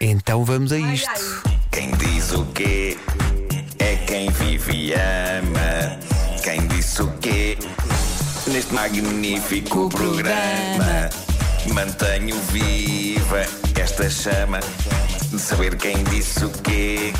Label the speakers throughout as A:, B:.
A: Então vamos a isto.
B: Quem diz o quê é quem vive e ama. Quem disse o quê neste magnífico
C: O
B: programa. Mantenho viva esta chama de saber quem disse o quê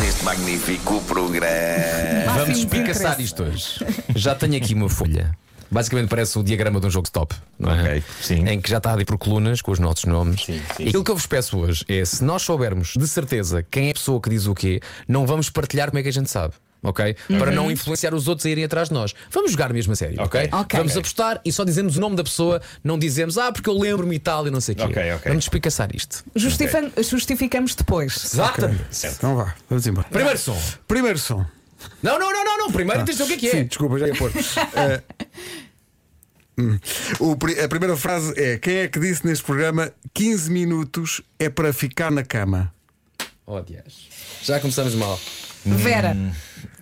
B: neste magnífico programa.
D: Vamos
C: fim de
D: espicaçar
C: interesse.
D: isto hoje. Já tenho aqui uma folha. Basicamente parece o diagrama de um jogo stop, não é?
E: Ok, sim.
D: Em que já está ali por colunas com os nossos nomes.
E: Sim, sim.
D: E aquilo que eu vos peço hoje é: se nós soubermos de certeza quem é a pessoa que diz o quê, não vamos partilhar como é que a gente sabe. Ok?
C: Uhum.
D: Para não influenciar os outros a irem atrás de nós. Vamos jogar mesmo a sério, ok?
C: Ok.
D: Vamos
C: Ok.
D: apostar e só dizemos o nome da pessoa, não dizemos, ah, porque eu lembro-me e tal e não sei o quê.
E: Ok, ok.
D: Vamos espicaçar isto.
C: Justifa- Justificamos depois.
D: Exatamente.
A: Então vá, vamos embora. Ah,
D: Primeiro som.
A: Primeiro som. Ah,
D: Não, não, não, não, não. Primeiro
C: Tá.
D: tens de dizer o que é que é.
A: Sim, desculpa, já ia pôr. Eh, hum. O pri- a primeira frase é: Quem é que disse neste programa 15 minutos é para ficar na cama?
D: Oh, Dias. Já começamos mal.
C: Vera,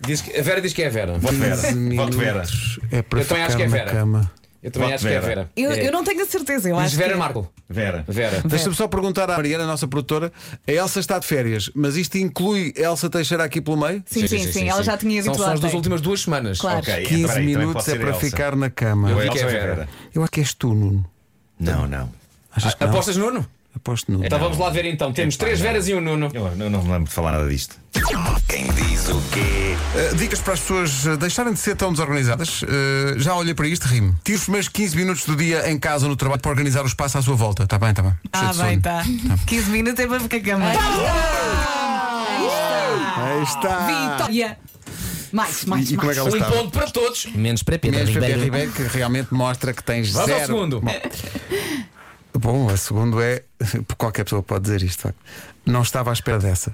D: Diz que- a Vera diz que é a Vera.
E: Voto Vera.
A: 15
E: Voto Vera.
A: minutos é para
D: Eu também
A: ficar
D: acho que é
A: na
D: Vera.
A: cama.
D: Eu também
E: Voto
D: acho que é a
E: Vera.
D: Vera.
C: eu,
D: É.
C: eu não tenho a certeza. Eu
D: Diz
C: acho
D: Vera
C: que... é-
D: Marco.
E: Vera.
D: Vera.
A: Deixa-me só perguntar à Mariana, a nossa produtora. A Elsa está de férias, mas isto inclui Elsa Teixeira aqui pelo meio?
C: Sim, sim, sim, ela já tinha dito
D: São só
C: lá
D: as das
C: ontem.
D: últimas duas semanas.
C: Claro.
E: Ok, entra
A: 15
E: aí, também
A: minutos
E: pode
A: é
E: ser
A: para
E: Elsa.
A: ficar na cama.
D: Eu acho que é
E: Elsa
D: Vera.
E: Vera.
A: Eu acho que és tu, Nuno.
E: Não, não.
A: Achas que não?
D: Ah, Apostas Nuno?
A: Aposto Nuno.
D: Então vamos lá ver então. Temos três Veras e um Nuno.
E: Eu não, não me lembro de falar nada disto.
B: Quem diz o quê
A: Uh, Dicas para as pessoas uh, deixarem de ser tão desorganizadas. Uh, já olhei para isto, rimo. Tire os primeiros 15 minutos do dia em casa ou no trabalho para organizar o espaço à sua volta. Está bem, está bem. Cheio
C: Ah,
A: de
C: bem,
A: sono.
C: tá. 15 minutos é para ficar cama.
A: Aí está.
C: Vitória. Mais, mais,
A: E como é
C: mais.
A: que ela
D: Um
A: está?
D: ponto para todos. Menos para Pedro
A: Menos Pepe Ribeiro, que realmente mostra que tens
D: Vamos ao
A: zero.
D: segundo.
A: Bom, a segundo é. Qualquer pessoa pode dizer isto. de facto. Não estava à espera dessa.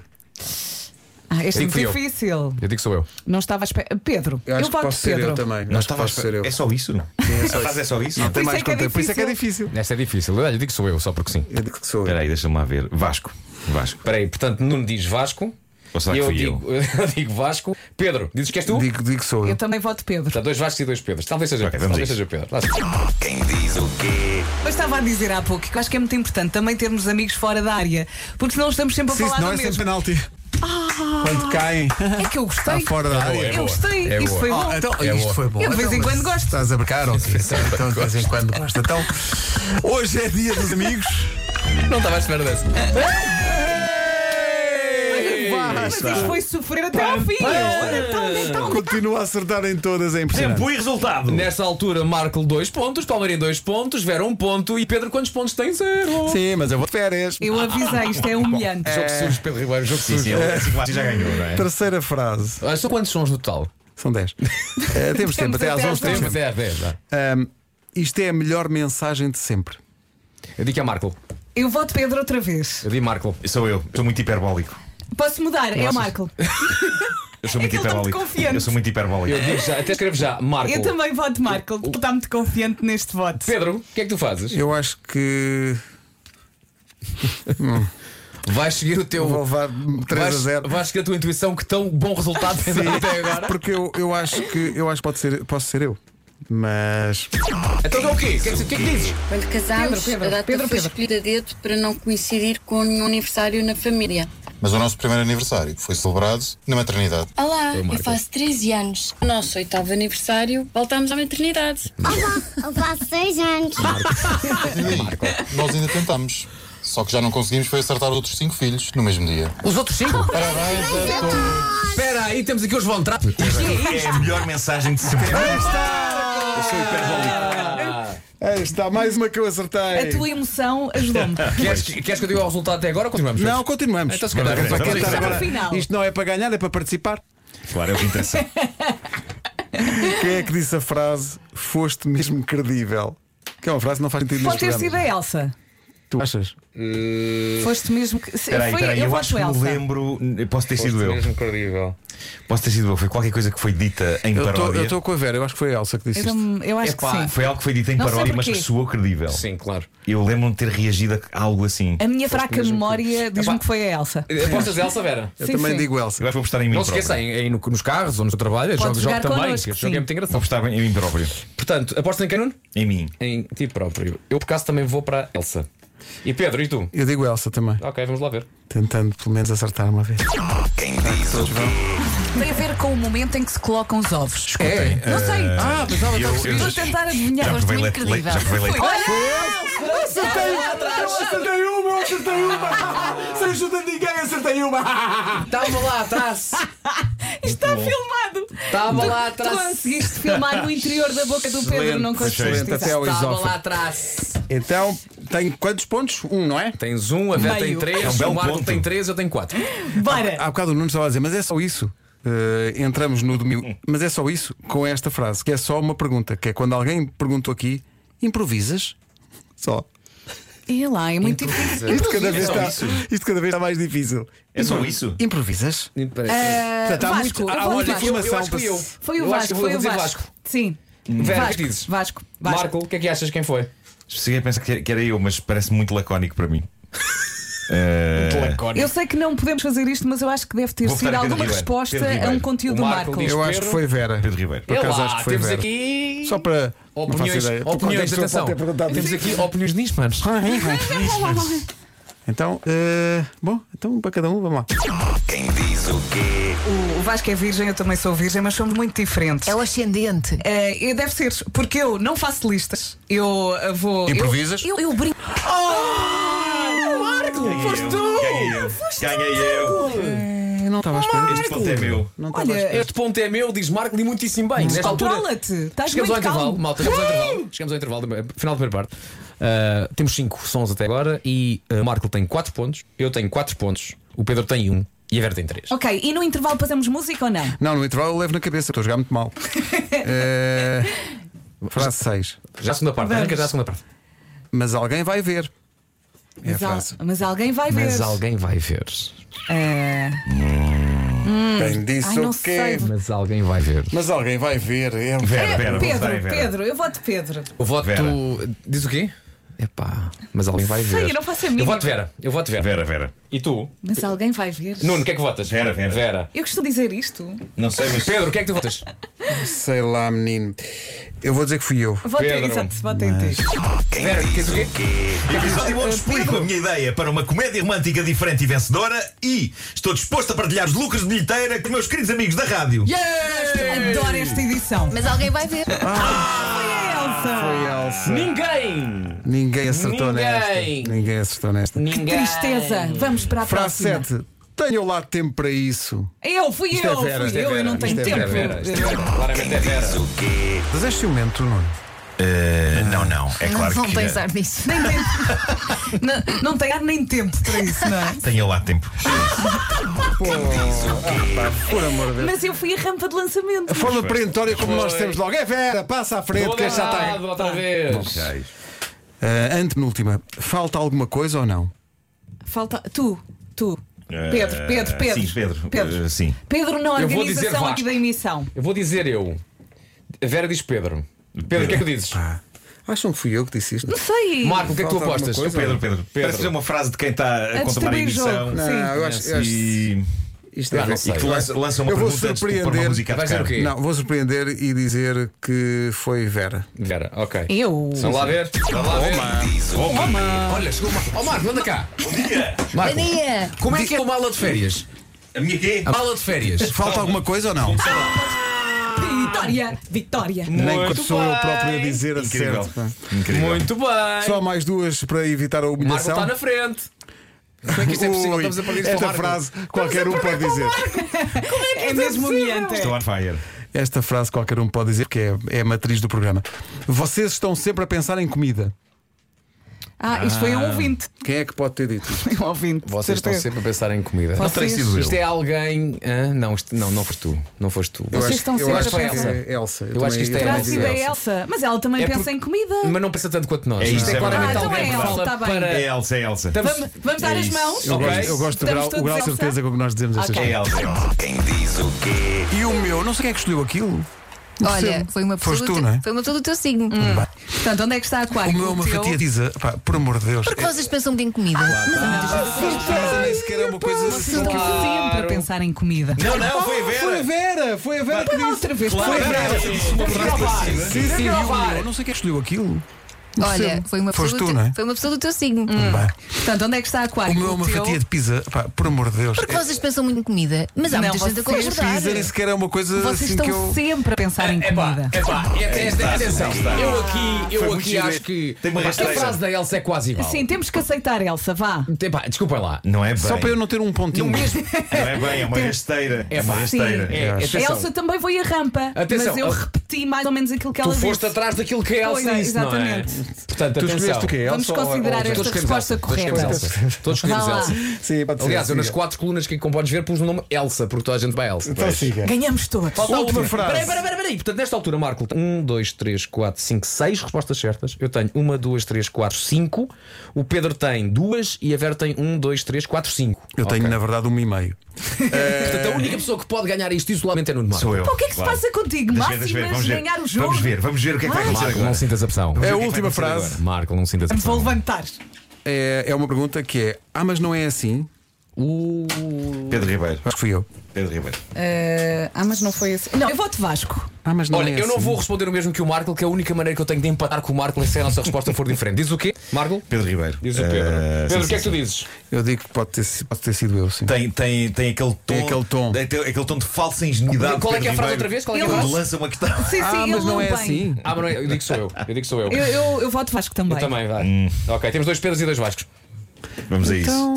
C: Ah, este é muito
D: Digo fui eu.
C: difícil.
D: Eu digo que sou eu.
C: Não estava a esperar. Pedro, eu, voto Pedro.
A: também.
E: Não estava a esperar. É só isso? Não. a frase é só isso?
A: Não tem
C: isso
A: mais
C: é que é
A: conteúdo. Por isso é que é difícil.
D: Esta é difícil. Eu digo que sou eu, só porque sim.
A: Eu digo que sou eu.
E: Espera aí, deixa-me lá ver. Vasco. Vasco.
D: Espera aí, portanto, Nuno diz Vasco.
E: Ou será que
D: eu,
E: fui eu?
D: digo, eu digo Vasco. Pedro, dizes que és tu?
A: Digo, digo que sou eu.
C: Eu também voto Pedro.
D: Está dois Vascos e dois Pedros. Talvez seja,
E: Ok, vamos
D: talvez
E: a
D: seja Pedro.
E: isso.
D: Lá-
B: Quem diz o quê
C: Mas estava a dizer há pouco que eu acho que é muito importante também termos amigos fora da área, porque senão estamos sempre a
A: Sim,
C: falar
A: senão
C: do
A: é sempre
C: mesmo. Ah.
A: penalti. Quando caem.
C: É que eu gostei.
A: fora da área.
C: eu gostei.
D: É
C: Isso
D: boa.
C: foi bom.
A: Ah, então,
D: É
A: isto
D: boa.
A: foi bom.
C: Eu de vez
A: Então,
C: em
A: mas
C: quando gosto.
A: Estás a brincar ou quê? Então, de vez em quando gosto. Então, hoje é dia dos amigos.
D: Não estava à espera dessa.
C: Mas isto foi sofrer até ao fim. Olha, então, então.
A: Continua a acertar em todas, é impressionante.
E: e resultado.
D: Nesta altura, Marco 2 pontos, Palmeirinho 2 pontos, Vera 1 um ponto e Pedro quantos pontos tem? Zero.
A: Sim, mas eu vou de férias.
C: Eu avisei, isto é humilhante.
D: Jogo sujo, Pedro Ribeiro, jogo
E: Sim, sim,
D: sujo.
E: ele assim que lá já ganhou, não é?
A: Terceira frase.
D: É. Ah, São quantos sons no total?
A: São 10. Eh, temos tempo, até às 11
D: Temos
A: temos.
D: até às 10. vá.
A: Ahm, isto é a melhor mensagem de sempre.
D: Eu digo que é Marco.
C: Eu voto Pedro outra vez.
D: Eu digo Marco.
E: Sou eu. Sou muito hiperbólico.
C: Posso mudar? É o Marco.
E: Eu sou muito
C: É que ele está muito
E: hiperbólico.
C: confiante. É
E: Eu sou muito hiperbólico.
D: Eu digo já, até escrevo já, Marco.
C: Eu também voto Marco, porque está muito confiante neste voto.
D: Pedro, o que é que tu fazes?
A: Eu acho que
D: Vais seguir o teu.
A: vou levar 3 a
D: vais,
A: 0.
D: vais seguir a tua intuição que tão bom resultado tem dado até agora.
A: Porque eu, eu acho que eu acho que pode ser, posso ser eu. Mas
D: Então é o quê? O que é que- o que é que dizes?
F: Quando casámos,
C: Pedro, Pedro,
F: a data
C: Pedro,
F: foi
C: Pedro.
F: escolhida a dedo para não coincidir com nenhum aniversário na família.
G: Mas o nosso primeiro aniversário foi celebrado na maternidade.
H: Olá, eu faço 13 anos.
F: No nosso oitavo aniversário, voltámos à maternidade.
H: Eu faço 6 anos.
G: E aí, nós ainda tentámos. Só que já não conseguimos foi acertar os outros cinco filhos no mesmo dia.
D: Os outros 5?
G: Parabéns a todos.
D: Espera aí, temos aqui os von Trapp.
E: É a melhor mensagem de sempre. Eu sou hiperbólico.
A: aí está mais uma que eu acertei.
C: A tua emoção ajudou-me.
D: Queres, que- queres que eu diga o resultado até agora ou continuamos?
A: Não, continuamos.
D: Então, se calhar,
A: Para
D: vamos
A: quem
E: ao
A: está
E: final.
A: agora-
C: Final.
A: Isto não é para ganhar, é para participar.
E: Claro, é o que interessa.
A: Quem é que disse a frase foste mesmo credível? Que é uma frase que não faz sentido
C: Pode ter
A: neste
C: sido
A: programa.
C: a Elsa.
A: Tu achas?
C: Foste mesmo que. Se-
E: Peraí,
C: foi,
E: peraí,
C: eu,
E: eu acho
C: voto
E: que me
C: Elsa.
E: lembro. Posso ter sido eu.
D: credível.
E: Posso ter sido eu. Foi qualquer coisa que foi dita em
A: Eu
E: paródia.
A: estou com a Vera, eu acho que foi a Elsa que disse isto.
C: Eu, eu acho
D: Epá,
C: que sim.
E: Foi algo que foi dito em
C: Não sei
E: paródia, mas que
C: porquê.
E: soou credível.
D: Sim, claro.
E: Eu lembro-me de ter reagido a algo assim.
C: A minha fraca
D: mesmo
C: memória diz-me
D: Epá.
C: que foi a Elsa.
D: Apostas Elsa, Vera?
A: Eu
C: Sim,
A: também
C: sim.
A: digo Elsa.
E: Eu acho que vou apostar em mim
D: Não se
E: próprio.
D: esqueçam, em- em- nos carros ou no seu trabalho, jogo, jogo
C: jogar
D: também.
C: connosco,
D: esse jogo
C: sim.
D: é muito
E: Vou
D: engraçado.
E: apostar em mim próprio.
D: Portanto, apostem em quem, Nuno?
E: Em mim.
D: Em ti próprio. Eu, por acaso, também vou para a Elsa. E Pedro, e tu?
A: Eu digo Elsa também,
D: Ok, vamos lá ver.
A: tentando pelo menos acertar uma vez.
B: Quem diz o quê?
C: Tem a ver com o momento em que se colocam os ovos. Não sei.
A: Ah, mas ela está
E: eu-
C: Estou a tentar adivinhar.
E: Já provei
C: Gosto
E: leite- leite-
C: incrível.
E: já provei leite.
C: Olha!
A: Acertei! Acertei uma, eu acertei uma! Sem ajuda de ninguém, acertei uma!
D: Estava lá atrás!
C: Isto está filmado!
D: Estava
C: Tu-
D: lá
C: Tu
D: atrás!
C: conseguiste filmar o interior da boca do Pedro, não conseguiste.
A: excelente, até ao
D: Estava
A: esófago.
D: lá atrás!
A: Então, tenho quantos pontos? Um, não é?
D: Tens um, a Vera tem
C: Meio.
D: três,
E: É um belo
D: o Marco
E: ponto.
D: tem três, eu tenho quatro.
C: Bora!
A: Há bocado o Nuno estava a dizer, mas é só isso. Eh, entramos no domingo. Mas é só isso com esta frase, que é só uma pergunta, que é quando alguém perguntou aqui, improvisas? Só.
C: E lá, é muito difícil.
A: Isto cada, vez
E: só
A: está,
E: isso?
A: isto cada vez está mais difícil.
E: É só isso?
A: Improvisas? Portanto, há
C: Vasco,
A: muito- há
C: eu vou
A: muita
C: Vasco,
A: informação.
D: eu acho que
A: para-
D: eu.
C: Foi o
D: Eu acho
C: Vasco,
D: que vou-
C: foi
D: vou
C: o
D: dizer
C: Vasco.
D: Vasco.
C: Sim.
A: Hum.
D: Vera,
C: Vasco,
D: dizes?
C: Vasco, Vasco.
D: Marco, o que é que achas quem foi?
E: Cheguei a pensar que era- que era eu, mas parece muito lacónico para mim.
D: É.
E: Eh,
C: Eu sei que não podemos fazer isto, mas eu acho que deve ter
E: Vou
C: sido
E: votar em Pedro
C: alguma
E: Ribeiro.
C: resposta
E: Pedro
C: a um
E: Ribeiro.
C: conteúdo
D: O
C: do
D: Marco
C: Marco.
D: diz-
A: Eu acho que foi Vera.
E: Pedro Ribeiro.
A: Por acaso
D: Olá,
A: acho que foi
D: temos
A: Vera.
D: aqui
A: Só para. não faço
D: opiniões,
A: ideia.
D: opiniões,
A: Contexto, eu
D: atenção.
A: posso ter perguntado
D: Temos
A: isto.
D: aqui opiniões nisto, manos.
A: Então, eh, bom, então um para cada um, vamos lá.
B: Quem diz o quê?
C: O Vasco é virgem, eu também sou virgem, mas somos muito diferentes.
I: É o ascendente.
C: Eh, eu deve ser, porque eu não faço listas. Eu Oh, eh, vou. Improvisas?
I: Eu, eu brinco.
D: é
E: Foste tu! Ganhei eu! Ganhei eu!
A: Eu não estava à espera.
E: Este ponto é meu.
A: Não estava à
C: Olha,
D: Este ponto é meu, diz Marco, li muitíssimo
C: Hum.
D: bem. Nesta altura.
C: controla-te. Estás
D: Chegamos ao
C: muito
D: intervalo,
C: calmo.
D: malta, chegamos ao intervalo. Chegamos ao intervalo, do- final da primeira parte. Uh, temos 5 sons até agora e uh, o Marco tem 4 pontos, eu tenho 4 pontos, o Pedro tem 1 um, e a Vera tem 3.
C: Ok, e no intervalo fazemos música ou não?
A: Não, no intervalo eu levo na cabeça, estou a jogar muito mal.
D: É,
A: Eh, frase 6.
D: Já a segunda parte, arranca já a segunda parte.
A: Mas alguém vai ver. É a
C: Mas, al-
A: frase.
C: mas alguém vai ver.
D: Mas alguém vai ver.
C: Eh,
A: Quem disse
C: Ai, não
A: o quê?
C: sei.
D: Mas alguém vai ver.
A: Mas alguém vai ver. É um
E: Vera, Vera, vou votar em
C: Pedro,
E: Vera.
C: Pedro, eu voto Pedro.
D: O voto.
E: Vera.
D: Diz o quê? Epá, mas alguém vai ver.
C: Sei, eu não faço a
D: Eu
C: mínima.
D: voto Vera, eu voto Vera.
E: Vera, Vera.
D: E tu?
C: Mas alguém vai ver.
D: Nuno, o que é que votas?
E: Vera, Vera.
D: Vera.
C: Eu costumo dizer isto.
E: Não sei, mas.
D: Pedro, o que é que tu votas?
A: Sei lá, menino. Eu vou dizer que fui eu.
C: Voto
D: Pedro.
C: exato, voto em ti.
B: Quem
D: Vera,
B: diz
D: queres o
B: o
D: quê?
B: quê?
E: Episódio onde explico a minha ideia para uma comédia romântica diferente e vencedora e estou disposto a partilhar os lucros de bilheteira com meus queridos amigos da rádio.
C: Adoro esta edição.
I: Mas alguém vai ver.
A: Foi Elsa.
D: Ninguém!
A: Ninguém acertou
D: Ninguém.
A: nesta. Ninguém acertou nesta.
D: Ninguém!
C: Tristeza. Vamos para a
A: Frase
C: próxima.
A: 7. Tenho lá tempo para isso.
C: Eu, fui
A: Isto é
C: eu,
A: Vera, isto
C: fui
A: é
C: eu, eu não
A: Vera,
C: tenho
A: isto é
C: tempo.
D: Vera, isto é Vera. Claramente é Vera.
B: Diz o quê?
A: Mas és ciumento, Nuno.
E: Eh, não, não, é claro
I: não vão
E: que
I: pensar nisso.
C: Nem tempo. não, não tenho ar nem tempo para isso, não é?
E: tenho lá tempo.
A: Por amor de Deus.
C: Mas eu fui a rampa de lançamento.
A: A forma perentória como nós temos logo. É Vera, passa à frente, que
D: Outra,
A: esta já está.
D: lado, outra vez!
A: Ah, antepenúltima. Falta alguma coisa ou não?
C: Falta. Tu, tu.
E: Eh,
C: Pedro, Pedro, Pedro.
E: Sim, Pedro.
C: Pedro.
E: eh, sim.
C: Pedro na
D: Eu vou dizer
C: organização aqui
D: Vasco.
C: da emissão.
D: Eu vou dizer eu. A Vera diz Pedro. Pedro, o que é que dizes?
A: Acham que fui eu que disse isto?
C: Não sei.
D: Marco, o que é que tu
A: Falta alguma
D: apostas?
A: coisa?
E: Pedro, Pedro. Parece ser uma frase de quem está a
C: Antes de
E: controlar a
C: abrir o jogo. é?
E: emissão.
A: Não,
C: Sim.
A: eu acho, eu acho
E: E,
A: isto é
D: Ah, não
A: ver-
D: sei.
E: e que lança, lança uma
A: Eu vou
E: pergunta antes de pôr uma
A: surpreender.
E: música a
D: Vais dizer o
E: tocar.
D: quê?
A: Não, vou surpreender e dizer que foi Vera.
D: Vera, ok.
C: Eu.
D: Vamos lá ver. Vamos lá ver.
B: Diz o quê?
D: Olha, chegou o Marco. Ó Marco, anda cá. Marco,
I: Mania.
D: como é que é o mala de férias?
E: A minha quê?
D: Mala de férias.
A: Falta alguma coisa ou não?
C: Vitória, Vitória.
A: Nem
D: Muito
A: que sou eu
D: bem.
A: próprio a dizer
E: Incrível.
A: acerto. pá.
E: Incrível.
D: Muito bem.
A: Só mais duas para evitar a
D: Marco
A: humilhação.
D: está na frente. Como é que isto é possível?
A: Ui,
D: Estamos a perder isto
A: esta
D: ao Marco.
A: frase qualquer um pode dizer.
C: É mesmo humilhante.
E: Estou on fire.
A: Esta frase qualquer um pode dizer, que é, é a matriz do programa. Vocês estão sempre a pensar em comida.
C: Ah, isto foi um ouvinte.
A: Quem é que pode ter dito? isto?
C: Foi um ouvinte.
D: Vocês estão
C: certeza.
D: sempre a pensar em comida.
C: Não terei sido
D: Isto é alguém. hã? não, isto- não, não foste tu. Não foste tu.
A: Eu
C: Vocês
A: acho-
C: estão
A: eu
C: sempre
A: acho
C: a
A: que
C: pensar.
A: é Elsa.
D: Eu acho que isto é
A: também
C: Terá
D: Elsa.
A: digo
C: sido a Elsa. Mas ela também
D: É
C: pensa
D: porque-
C: em comida.
D: Mas não pensa tanto quanto nós.
E: É isto,
D: Isto
E: é
D: claramente
E: verdade.
C: Ah,
D: alguém
C: então
D: que
C: é
D: fala
C: Elsa, tá bem.
D: para.
E: É Elsa, é Elsa.
C: Vamos, vamos dar as
E: isso.
C: mãos?
A: Eu
D: Ok.
A: gosto, eu gosto do grau,
C: Estamos
A: o grau de
C: todos
A: certeza com que nós dizemos estas
C: Ok.
E: É
A: coisas.
E: Elsa, é Elsa.
B: Quem diz o quê?
A: E o meu, não sei quem é que escolheu aquilo. Não
I: Olha,
A: percebo.
I: foi uma pessoa.
A: Foste tu,
I: do teu-
A: não é? Hum.
I: Foi uma pessoa do teu signo.
C: Portanto, onde é que está a
A: O
C: Aquário?
A: meu é uma
C: teu?
A: fatia de isa. Pá, por amor de Deus.
I: Porque vocês pensam muito em comida.
A: Mas nem sequer é uma coisa assim.
C: Estou sempre a pensar em comida.
E: Não, não, foi a
A: Foi a
E: Vera.
A: Vera, foi a Vera que disse.
C: Não, outra vez.
E: Foi a Vera. Elsa disse uma frase parecida.
A: Sim, sim, eu, eu não sei quem é que escolheu aquilo.
I: Olha,
A: Percebo.
I: foi uma, pessoa
A: Foste
I: do
A: tu,
I: teu-
A: não é? Hum.
I: foi uma pessoa do teu signo.
A: Bem,
C: Portanto, onde é que está
A: o
C: Aquário?
A: meu é uma
C: teu?
A: fatia de pizza, pá, por amor de Deus. É,
I: Porque vocês pensam muito em comida, mas há
C: Não,
I: muita gente a
C: vocês
I: concordar.
A: Pizza nem sequer é uma coisa
C: Vocês
A: assim
C: estão
A: que eu.
C: sempre a
D: É,
C: pensar em comida.
D: Epá, e
A: É,
D: até- atenção, eu aqui, eu
A: Foi muito
D: aqui
A: giro.
D: acho que
E: Tem uma
D: a
E: rasteira.
D: frase da Elsa é quase igual.
C: Sim, temos que aceitar, Elsa, vá.
D: Epá, desculpa lá.
E: Não é bem.
A: Só para eu não ter um pontinho.
D: No mesmo.
E: Não é bem, é uma rasteira. É uma
C: Sim.
E: rasteira.
D: É,
A: acho.
C: A
D: atenção.
C: Elsa também foi a rampa,
D: Atenção,
C: mas eu
D: a-
C: repeti mais ou menos aquilo que
D: Tu
C: ela
D: foste
C: disse.
D: atrás daquilo que a Elsa
C: Pois é,
D: disse, não é?
C: exatamente.
D: Portanto,
A: Tu
D: atenção.
A: escolheste o quê?
C: Vamos
A: Elsa ou-
C: considerar
A: ou-
C: esta
D: Todos queremos
C: resposta
D: Elsa. Todos queremos
C: correta.
D: Elsa. Todos queremos
C: Vá lá.
D: Elsa.
A: Sim, pode ser.
D: Aliás, eu nas
A: siga.
D: quatro colunas que, como podes ver, pus o nome Elsa, porque toda a gente vai Elsa.
A: Então siga.
C: Ganhamos todos.
D: Falta um. a
A: Última frase.
D: Peraí, peraí, peraí, peraí. Portanto, nesta altura, Marco, 1, 2, 3, 4, 5, 6 respostas certas. Eu tenho 1, 2, 3, 4, 5. O Pedro tem 2 e a Vera tem 1, 2, 3, 4, 5.
A: Eu tenho, na verdade, um e meio.
D: Portanto, a única pessoa que pode ganhar isto isoladamente é Nuno Marco.
E: Sou eu.
C: Pá, O que é que se
E: Claro.
C: passa contigo?
E: Deixa ver, deixa ver,
C: Máximas
E: vamos
C: de
E: ver.
C: ganhar o jogo.
E: Vamos ver, vamos ver o que é que vai
C: Ai.
E: acontecer
D: Marco,
E: agora.
D: não sintas a
A: É a
D: pressão.
E: o que é que
A: última
E: vai acontecer
A: frase.
D: Marco, não sintas a
C: Vou
D: pressão.
C: levantar.
A: É, é uma pergunta que é: Ah, mas não é assim?
E: Pedro Ribeiro.
A: Acho que fui eu.
E: Pedro Ribeiro.
F: ah, mas não foi assim.
C: Eh, Não, eu voto Vasco.
A: Ah, mas não
D: Olha,
A: é
D: eu não
A: assim.
D: vou responder o mesmo que o Marco, que é a única maneira que eu tenho de empatar com o Marco é se a nossa resposta for diferente. Diz o quê, Marco?
E: Pedro Ribeiro.
D: Diz o Pedro.
E: Eh,
D: Pedro,
E: sim,
D: o que é que
E: sim,
D: tu dizes?
A: Eu digo que pode ter, si- pode ter sido eu, sim.
E: Tem, tem, tem aquele tom.
A: Tem aquele tom.
E: tem aquele- aquele tom de falsa ingenuidade.
D: Qual é que é a
E: Pedro
D: frase
E: Ribeiro,
D: outra vez? Qual é que é a
E: Quando
D: frase?
E: lança uma questão.
C: Sim,
A: Ah,
C: sim,
A: mas
C: ele
A: não é
C: bem.
A: assim.
D: Ah, mas não, é- eu digo que sou eu. Eu digo que sou eu.
C: Eu, eu, eu voto Vasco também.
D: Eu também, vai. Ok, temos dois Pedros e dois Vascos.
E: Vamos a isso.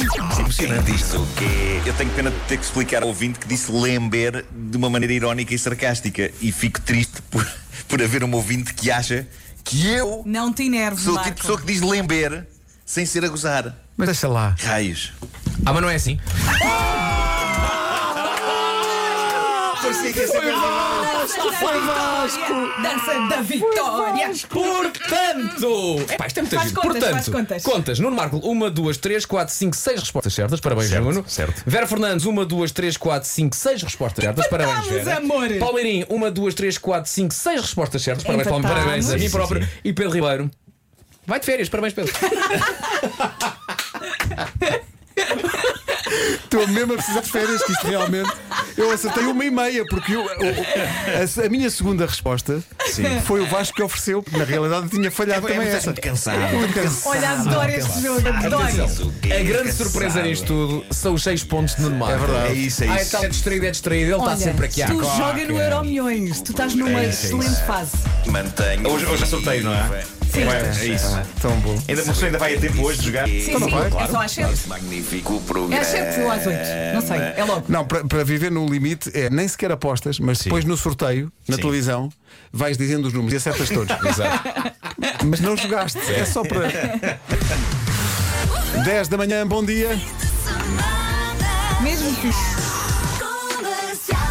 B: Quem diz o quê? Eu tenho pena de ter que explicar ao ouvinte que disse lember de uma maneira irónica e sarcástica. E fico triste por, por haver um ouvinte que acha que eu
C: Não te enerves,
B: sou o tipo de
C: Marco.
B: pessoa que diz lember sem ser a gozar.
A: Mas deixa lá.
B: Raios.
D: Ah, mas não é assim.
B: Parecia que ia ser mesmo.
C: Dança da Vitória! tipo Dança da Vitória!
D: Portanto! Epá, isto é muito
C: Faz
D: giro.
C: contas,
D: Portanto,
C: faz contas.
D: Nuno Marco, 1, 2, 3, 4, 5, 6 respostas certas. Parabéns,
E: Certo,
D: Nuno.
E: certo.
D: Vera Fernandes, 1, 2, 3, 4, 5, 6 respostas certas. Parabéns,
C: Empatámos,
D: Vera.
C: amor.
D: Palmeirim, 1, 2, 3, 4, 5, 6 respostas certas. Parabéns, Palme-
C: Empatámos.
D: parabéns a
E: Sim,
D: mim
E: sim,
D: próprio.
E: sim.
D: E Pedro Ribeiro. Vai de férias, parabéns, Pedro.
A: Estou mesmo a precisar de férias, que isto realmente. Eu acertei uma e meia, porque eu- eu- a, a minha segunda resposta foi o Vasco que ofereceu, porque na realidade eu tinha falhado
B: É
A: também
E: muito-
A: essa.
E: muito cansado.
A: Muito cansado.
C: Olha, adoro este jogo, adoro.
D: A grande surpresa nisto tudo são os 6 pontos de Nuno Marco. É verdade.
E: É isso, é
D: Ah,
E: isso.
D: então é distraído, é distraído. Ele está
C: Olha,
D: sempre aqui à
C: tu
D: coca.
C: joga no Euro Milhões, tu estás numa
E: É isso, é
C: excelente fase.
B: Mantenho.
E: Hoje, hoje é sorteio, não é?
C: Sim.
E: Vai, é isso.
A: Tão bom.
E: Ainda, a pessoa ainda vai a tempo hoje de jogar.
D: então
C: Sim, sim, é só às 7.
B: Magnífico
C: É
B: programa.
C: às 7 ou às 8, não sei, é logo.
A: Não, para para viver no limite é nem sequer apostas, mas depois no sorteio, na televisão, vais dizendo os números e acertas todos. Mas não jogaste, é só para. 10 da manhã, bom dia.
D: É.
C: Mesmo que